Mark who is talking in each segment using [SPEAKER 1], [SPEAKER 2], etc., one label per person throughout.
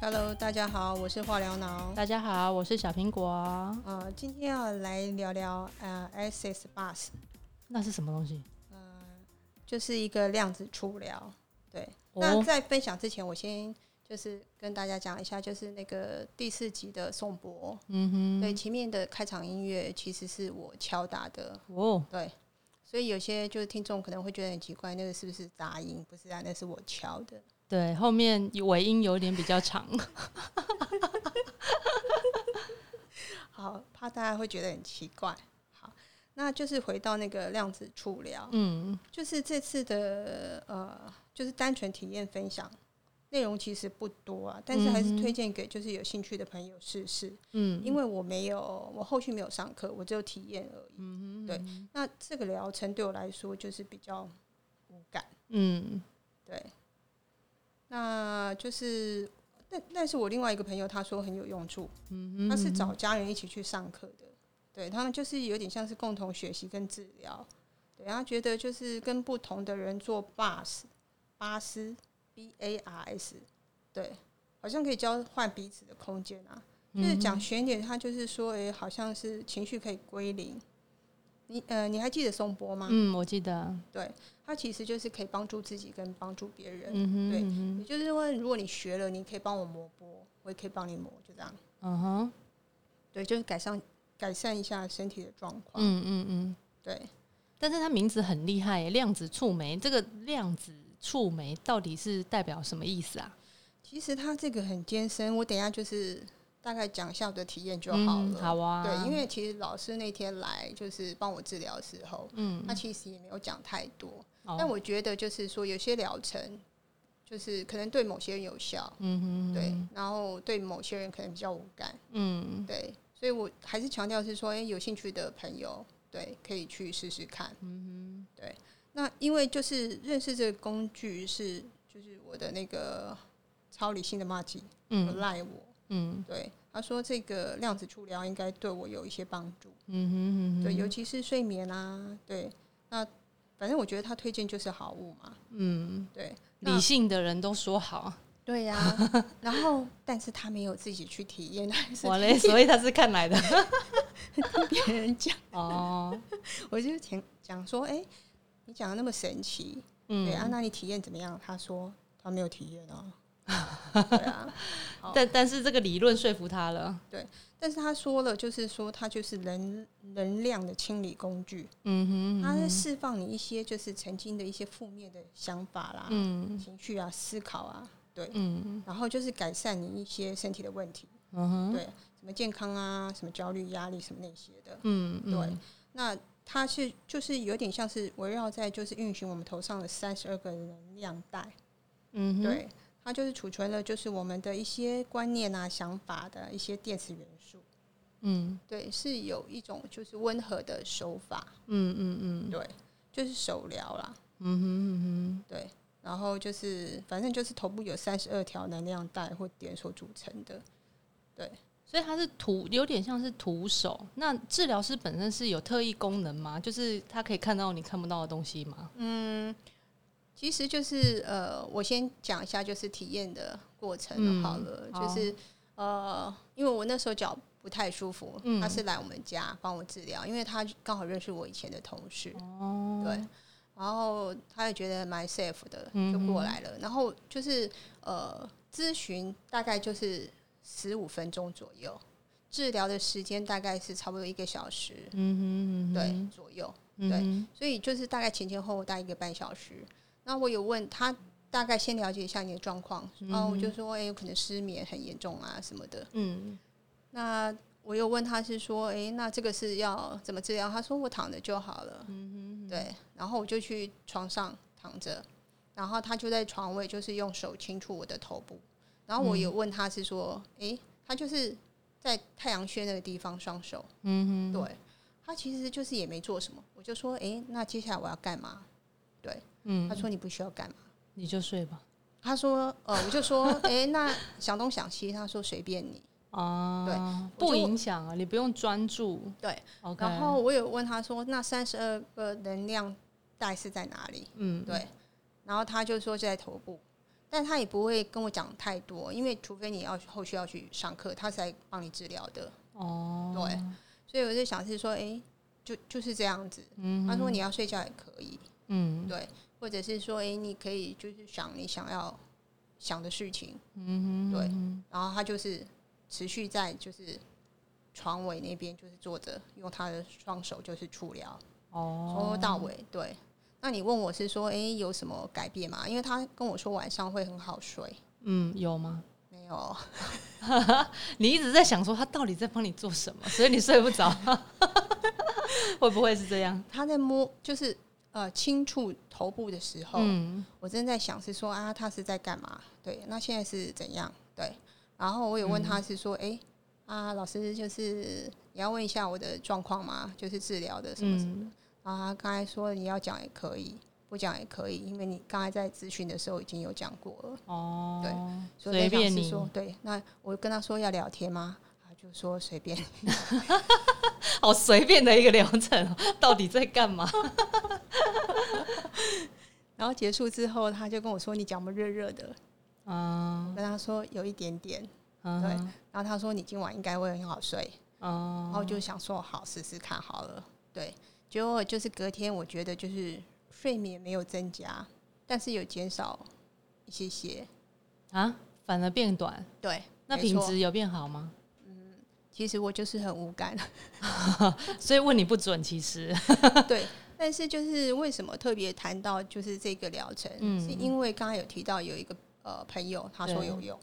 [SPEAKER 1] Hello，大家好，我是化疗脑。
[SPEAKER 2] 大家好，我是小苹果。
[SPEAKER 1] 呃，今天要来聊聊呃，Access Bus，
[SPEAKER 2] 那是什么东西？
[SPEAKER 1] 呃，就是一个量子触疗。对，那
[SPEAKER 2] 哦，
[SPEAKER 1] 在分享之前，我先就是跟大家讲一下，就是那个第四集的颂钵，
[SPEAKER 2] 嗯
[SPEAKER 1] 对，前面的开场音乐其实是我敲打的，
[SPEAKER 2] 哼，哦，
[SPEAKER 1] 对，所以有些就是听众可能会觉得很奇怪，那个是不是杂音？不是啊，那是我敲的。
[SPEAKER 2] 对，后面尾音有点比较长。
[SPEAKER 1] 好，怕大家会觉得很奇怪。好，那就是回到那个量子触疗，
[SPEAKER 2] 嗯，
[SPEAKER 1] 就是这次的呃，就是单纯体验分享，内容其实不多啊，但是还
[SPEAKER 2] 嗯
[SPEAKER 1] 是
[SPEAKER 2] 哼
[SPEAKER 1] 推荐给就是有兴趣的朋友试试。
[SPEAKER 2] 嗯，
[SPEAKER 1] 因为我没有，我后续没有上课，我只有体验而已。
[SPEAKER 2] 嗯哼，
[SPEAKER 1] 对那这个疗程对我来说就是比较无感，
[SPEAKER 2] 嗯，
[SPEAKER 1] 对。那就是，但但是我另外一个朋友他说很有用处，
[SPEAKER 2] 嗯哼，
[SPEAKER 1] 他是找家人一起去上课的，对他们就是有点像是共同学习跟治疗，对，然后觉得就是跟不同的人做 bus 巴斯 b a r s，对，好像可以交换彼此的空间啊。就是
[SPEAKER 2] 嗯
[SPEAKER 1] 讲玄点，他就是说，诶，好像是情绪可以归零。你呃，你还记得松波吗？
[SPEAKER 2] 嗯，我记得，
[SPEAKER 1] 对，它其实就是可以帮助自己跟帮助别人。
[SPEAKER 2] 嗯哼，
[SPEAKER 1] 对
[SPEAKER 2] 嗯哼
[SPEAKER 1] 也就是说，如果你学了，你可以帮我磨波，我也可以帮你磨，就这样。
[SPEAKER 2] 嗯哼，
[SPEAKER 1] 对，就是改善改善一下身体的状况。
[SPEAKER 2] 嗯嗯嗯。
[SPEAKER 1] 对，
[SPEAKER 2] 但是它名字很厉害耶，量子触媒。这个量子触媒到底是代表什么意思啊？
[SPEAKER 1] 其实它这个很艰深，我等一下就是大概讲一下我的体验就
[SPEAKER 2] 嗯
[SPEAKER 1] 好了。
[SPEAKER 2] 好啊。
[SPEAKER 1] 对，因为其实老师那天来就是帮我治疗的时候，
[SPEAKER 2] 嗯，
[SPEAKER 1] 他其实也没有讲太多，
[SPEAKER 2] 哦
[SPEAKER 1] 但我觉得就是说有些疗程，就是可能对某些人有效，
[SPEAKER 2] 嗯哼，
[SPEAKER 1] 对，然后对某些人可能比较无感，
[SPEAKER 2] 嗯
[SPEAKER 1] 对，所以我还是强调是说，哎、有兴趣的朋友，对，可以去试试看。
[SPEAKER 2] 嗯
[SPEAKER 1] 那因为就是认识这个工具是，就是我的那个超理性的妈吉
[SPEAKER 2] 哼，
[SPEAKER 1] 有
[SPEAKER 2] 嗯
[SPEAKER 1] 赖我，
[SPEAKER 2] 嗯
[SPEAKER 1] 对，他说这个量子触疗应该对我有一些帮助，
[SPEAKER 2] 嗯哼嗯
[SPEAKER 1] 对，
[SPEAKER 2] 哼，
[SPEAKER 1] 尤其是睡眠啊，对，那反正我觉得他推荐就是好物嘛，
[SPEAKER 2] 嗯。
[SPEAKER 1] 对，那
[SPEAKER 2] 理性的人都说好，
[SPEAKER 1] 对呀、 然后但是他没有自己去体验，还是
[SPEAKER 2] 我嘞，所以他是看来的
[SPEAKER 1] 别人讲。
[SPEAKER 2] 哦，
[SPEAKER 1] 我就讲讲说，哎、你讲的那么神奇，对啊，
[SPEAKER 2] 嗯，
[SPEAKER 1] 那你体验怎么样？他说他没有体验 啊，对啊，
[SPEAKER 2] 但但是这个理论说服他了，
[SPEAKER 1] 但是他说了，就是说它就是能能量的清理工具，
[SPEAKER 2] 嗯
[SPEAKER 1] 它
[SPEAKER 2] 哼，
[SPEAKER 1] 在释放你一些就是曾经的一些负面的想法啦、
[SPEAKER 2] 嗯
[SPEAKER 1] 情绪啊、思考啊，对，
[SPEAKER 2] 嗯
[SPEAKER 1] 然后就是改善你一些身体的问题，
[SPEAKER 2] 嗯哼，
[SPEAKER 1] 对，什么健康啊、什么焦虑、压力什么那些的，
[SPEAKER 2] 嗯嗯
[SPEAKER 1] 对，那它是就是有点像是围绕在就是运行我们头上的三十二个能量带，
[SPEAKER 2] 嗯哼，
[SPEAKER 1] 对，它就是储存了就是我们的一些观念啊、想法的一些电磁元素，
[SPEAKER 2] 嗯
[SPEAKER 1] 对，是有一种就是温和的手法，
[SPEAKER 2] 嗯嗯嗯
[SPEAKER 1] 对，就是手疗啦，
[SPEAKER 2] 嗯哼嗯
[SPEAKER 1] 对，然后就是反正就是头部有三十二条能量带或点所组成的，
[SPEAKER 2] 哼，所以他是徒，有点像是徒手。那治疗师本身是有特异功能吗？就是他可以看到你看不到的东西吗？
[SPEAKER 1] 嗯，其实就是呃，我先讲一下就是体验的过程
[SPEAKER 2] 嗯
[SPEAKER 1] 好了，
[SPEAKER 2] 好
[SPEAKER 1] 就是呃，因为我那时候脚不太舒服，
[SPEAKER 2] 嗯
[SPEAKER 1] 他是来我们家帮我治疗，因为他刚好认识我以前的同事，
[SPEAKER 2] 哦，
[SPEAKER 1] 对，然后他也觉得蛮 safe 的，
[SPEAKER 2] 嗯
[SPEAKER 1] 就
[SPEAKER 2] 哼
[SPEAKER 1] 过来了。然后就是呃，咨询大概就是十五分钟左右，治疗的时间大概是差不多一个小时，
[SPEAKER 2] 嗯哼嗯哼，
[SPEAKER 1] 对左右。
[SPEAKER 2] 嗯哼，
[SPEAKER 1] 所以就是大概前前后后大概一个半小时。那我有问他，大概先了解一下你的状况，然后我就说，哎、有可能失眠很严重啊什么的。
[SPEAKER 2] 嗯
[SPEAKER 1] 那我有问他是说，哎、那这个是要怎么治疗？他说我躺着就好了。
[SPEAKER 2] 嗯哼，
[SPEAKER 1] 对，然后我就去床上躺着，然后他就在床位，就是用手轻触我的头部。然后我
[SPEAKER 2] 嗯
[SPEAKER 1] 有问他是说，哎、他就是在太阳穴那个地方双手，
[SPEAKER 2] 嗯哼，
[SPEAKER 1] 对他其实就是也没做什么，我就说，诶，那接下来我要干嘛？他
[SPEAKER 2] 嗯，
[SPEAKER 1] 说你不需要干嘛。
[SPEAKER 2] 你就睡吧。
[SPEAKER 1] 他说，呃，我就说， 诶，那想东想西，他说随便你。
[SPEAKER 2] 哦，
[SPEAKER 1] 我
[SPEAKER 2] 不
[SPEAKER 1] 就
[SPEAKER 2] 影响啊，你不用专注。
[SPEAKER 1] 对
[SPEAKER 2] ，OK，
[SPEAKER 1] 然后我有问他说，那三十二个能量带是在哪里？
[SPEAKER 2] 嗯，
[SPEAKER 1] 对，然后他就说在头部。但他也不会跟我讲太多，因为除非你要后续要去上课，他才帮你治疗的。
[SPEAKER 2] 哦，
[SPEAKER 1] 对，所以我就想是说，哎、就就是这样子。
[SPEAKER 2] 嗯哼，
[SPEAKER 1] 他说你要睡觉也可以，
[SPEAKER 2] 嗯
[SPEAKER 1] 对，或者是说，哎、你可以就是想你想要想的事情，
[SPEAKER 2] 嗯哼，
[SPEAKER 1] 对
[SPEAKER 2] 嗯
[SPEAKER 1] 然后他就是持续在就是床尾那边就是坐着，用他的双手就是触疗，
[SPEAKER 2] 哼，哦，
[SPEAKER 1] 从头到尾。对，那你问我是说，哎、有什么改变吗？因为他跟我说晚上会很好睡，
[SPEAKER 2] 嗯，有吗？
[SPEAKER 1] 没有，
[SPEAKER 2] 你一直在想说他到底在帮你做什么，所以你睡 不着，会不会是这样？
[SPEAKER 1] 他在摸就是呃轻触头部的时候，
[SPEAKER 2] 嗯
[SPEAKER 1] 我真的在想是说啊，他是在干嘛？对，那现在是怎样？对，然后我也问
[SPEAKER 2] 嗯
[SPEAKER 1] 他是说，哎、啊，老师，就是你要问一下我的状况吗？就是治疗的什么什么的。
[SPEAKER 2] 嗯
[SPEAKER 1] 然后他刚才说你要讲也可以，不讲也可以，因为你刚才在咨询的时候已经有讲过了。
[SPEAKER 2] 哦，
[SPEAKER 1] 对所以
[SPEAKER 2] 随
[SPEAKER 1] 我在
[SPEAKER 2] 便
[SPEAKER 1] 想是
[SPEAKER 2] 你，
[SPEAKER 1] 说，对，那我跟他说要聊天吗？他就说随便。
[SPEAKER 2] 好随便的一个疗程哦， 到底在干嘛？
[SPEAKER 1] 然后结束之后，他就跟我说你讲不热热的，我
[SPEAKER 2] 嗯
[SPEAKER 1] 跟他说有一点点。
[SPEAKER 2] 嗯哼，
[SPEAKER 1] 然后他说你今晚应该会很好睡。然后
[SPEAKER 2] 哦，
[SPEAKER 1] 就想说好试试看好了，对，结果就是隔天我觉得就是睡眠没有增加，但是有减少一些些，
[SPEAKER 2] 啊，反而变短，
[SPEAKER 1] 对，
[SPEAKER 2] 那
[SPEAKER 1] 没
[SPEAKER 2] 品
[SPEAKER 1] 错
[SPEAKER 2] 质有变好吗？
[SPEAKER 1] 其实我就是很无 感，
[SPEAKER 2] 所以问你不准，其实，
[SPEAKER 1] 对，但是就是为什么特别谈到就是这个疗程，
[SPEAKER 2] 嗯
[SPEAKER 1] 是因为刚刚有提到有一个呃朋友他说
[SPEAKER 2] 对
[SPEAKER 1] 有用，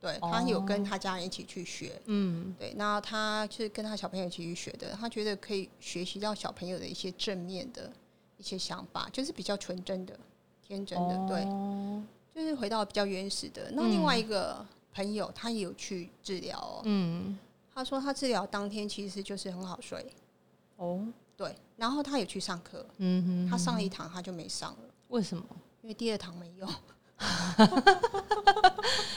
[SPEAKER 1] 对
[SPEAKER 2] 哦
[SPEAKER 1] 他有跟他家人一起去学。
[SPEAKER 2] 嗯
[SPEAKER 1] 对，那他是跟他小朋友一起去学的，他觉得可以学习到小朋友的一些正面的一些想法，就是比较纯真的、天真的，对，
[SPEAKER 2] 哦
[SPEAKER 1] 就是回到比较原始的。那另外一个朋友他也有去治疗哦，
[SPEAKER 2] 嗯，
[SPEAKER 1] 他说他治疗当天其实就是很好睡，
[SPEAKER 2] 哦，
[SPEAKER 1] 对，然后他有去上课，
[SPEAKER 2] 嗯哼，
[SPEAKER 1] 他上了一堂他就没上了，
[SPEAKER 2] 为什么？
[SPEAKER 1] 因为第二堂没用，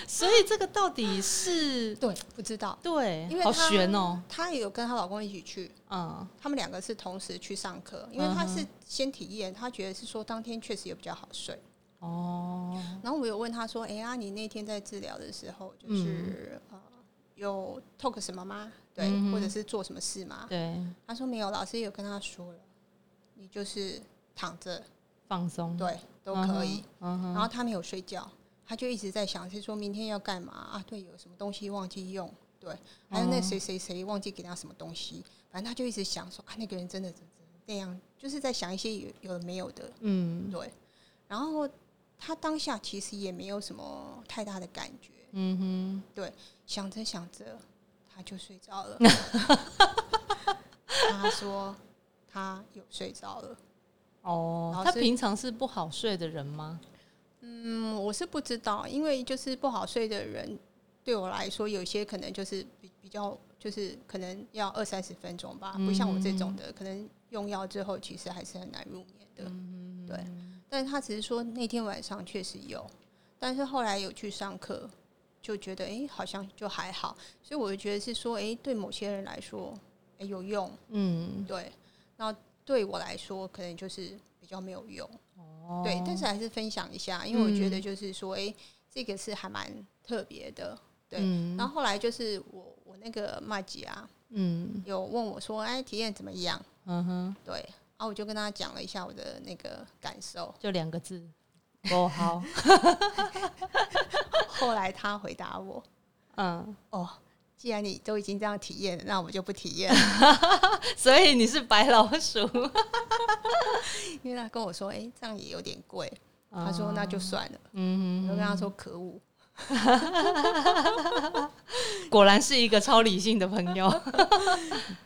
[SPEAKER 2] 所以这个到底是
[SPEAKER 1] 对，不知道，
[SPEAKER 2] 对
[SPEAKER 1] 因为，
[SPEAKER 2] 好
[SPEAKER 1] 他啊
[SPEAKER 2] 悬哦，
[SPEAKER 1] 她也有跟她老公一起去，
[SPEAKER 2] 嗯
[SPEAKER 1] 他们两个是同时去上课，因为她是先体验，她觉得是说当天确实也比较好睡。
[SPEAKER 2] 哦，
[SPEAKER 1] 然后我有问她说：“哎、呀、你那天在治疗的时候，就是、呃有 talk 什么吗？对，
[SPEAKER 2] 嗯嗯哼
[SPEAKER 1] 或者是做什么事吗
[SPEAKER 2] 对，？”
[SPEAKER 1] 她说没有，老师有跟她说了，你就是躺着，
[SPEAKER 2] 放松，
[SPEAKER 1] 对，都可以。
[SPEAKER 2] 嗯哼，
[SPEAKER 1] 然后她没有睡觉，她就一直在想，是说明天要干嘛啊？对，有什么东西忘记用，对，还有那谁谁谁忘记给她什么东西，反正她就一直想说啊，那个人真的怎怎那样，就是在想一些有有的没有的，
[SPEAKER 2] 嗯
[SPEAKER 1] 对。然后她当下其实也没有什么太大的感觉，
[SPEAKER 2] 嗯哼。
[SPEAKER 1] 想着想着，她就睡着了。她说她有睡着了。
[SPEAKER 2] 哦，
[SPEAKER 1] 老
[SPEAKER 2] 他
[SPEAKER 1] 师
[SPEAKER 2] 平常是不好睡的人吗？
[SPEAKER 1] 嗯，我是不知道，因为就是不好睡的人，对我来说，有些可能就是比比较，就是可能要二三十分钟吧，不像我这种的，可能用药之后其实还是很难入眠的。对，但是他只是说那天晚上确实有，但是后来有去上课，就觉得诶好像就还好，所以我就觉得是说，诶对某些人来说，诶有用，
[SPEAKER 2] 嗯，
[SPEAKER 1] 对，那对我来说可能就是比较没有用。
[SPEAKER 2] 哦
[SPEAKER 1] 对，但是还是分享一下，因为我觉
[SPEAKER 2] 嗯
[SPEAKER 1] 得就是说，诶，这个是还蛮特别的。对
[SPEAKER 2] 嗯
[SPEAKER 1] 然后后来就是我我那个麦吉啊，
[SPEAKER 2] 嗯
[SPEAKER 1] 有问我说，哎，体验怎么样？
[SPEAKER 2] 嗯哼，
[SPEAKER 1] 对，啊，我就跟他讲了一下我的那个感受。
[SPEAKER 2] 就两个字，
[SPEAKER 1] 哦
[SPEAKER 2] 不好。
[SPEAKER 1] 后来他回答我，
[SPEAKER 2] 嗯，
[SPEAKER 1] 哦，既然你都已经这样体验了，那我就不体验了。
[SPEAKER 2] 所以你是白老鼠。
[SPEAKER 1] 因为他跟我说，哎，这样也有点贵。他说那就算了。
[SPEAKER 2] 嗯
[SPEAKER 1] 我就跟他说可恶。
[SPEAKER 2] 哼，果然是一个超理性的 朋友。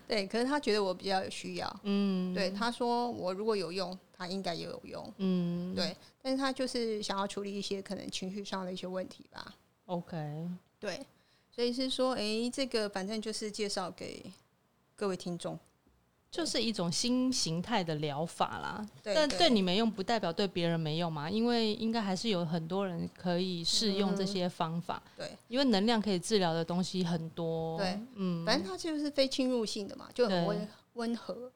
[SPEAKER 1] 对，可是他觉得我比较有需要。
[SPEAKER 2] 嗯，
[SPEAKER 1] 对，，他说我如果有用，他应该也有用。
[SPEAKER 2] 嗯，
[SPEAKER 1] 对但是他就是想要处理一些可能情绪上的一些问题吧。
[SPEAKER 2] ，OK，
[SPEAKER 1] 对，所以是说，诶，这个反正就是介绍给各位听众。
[SPEAKER 2] 就是一种新形态的疗法啦。
[SPEAKER 1] 对，
[SPEAKER 2] 但对你没用，不代表对别人没用嘛，因为应该还是有很多人可以试用这些方法，
[SPEAKER 1] 嗯对，
[SPEAKER 2] 因为能量可以治疗的东西很多。
[SPEAKER 1] 对，
[SPEAKER 2] 嗯，
[SPEAKER 1] 反正它就是非侵入性的嘛，就很
[SPEAKER 2] 对
[SPEAKER 1] 温温和，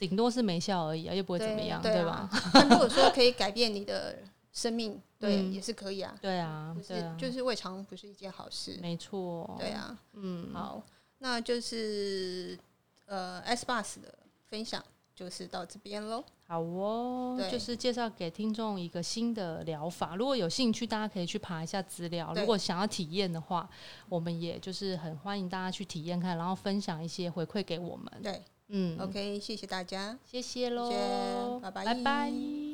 [SPEAKER 2] 顶多是没效而已啊，又不会怎么样，
[SPEAKER 1] 对
[SPEAKER 2] 吧？
[SPEAKER 1] 啊？但如果说可以改变你的生命，对，
[SPEAKER 2] 嗯
[SPEAKER 1] 也是可以啊。
[SPEAKER 2] 对啊
[SPEAKER 1] 不，
[SPEAKER 2] 对
[SPEAKER 1] 是
[SPEAKER 2] 啊，，
[SPEAKER 1] 就是未尝不是一件好事。
[SPEAKER 2] 没错，
[SPEAKER 1] 对，啊，
[SPEAKER 2] 嗯，
[SPEAKER 1] 好，那就是呃 S Bus 的分享就是到这边喽。
[SPEAKER 2] 好哦，
[SPEAKER 1] 对
[SPEAKER 2] 就是介绍给听众一个新的疗法，如果有兴趣，大家可以去爬一下资料。
[SPEAKER 1] 对
[SPEAKER 2] 如果想要体验的话，我们也就是很欢迎大家去体验看，然后分享一些回馈给我们。
[SPEAKER 1] 对
[SPEAKER 2] 嗯
[SPEAKER 1] ，OK，谢谢大家。
[SPEAKER 2] 谢谢喽
[SPEAKER 1] 谢谢拜拜
[SPEAKER 2] 拜拜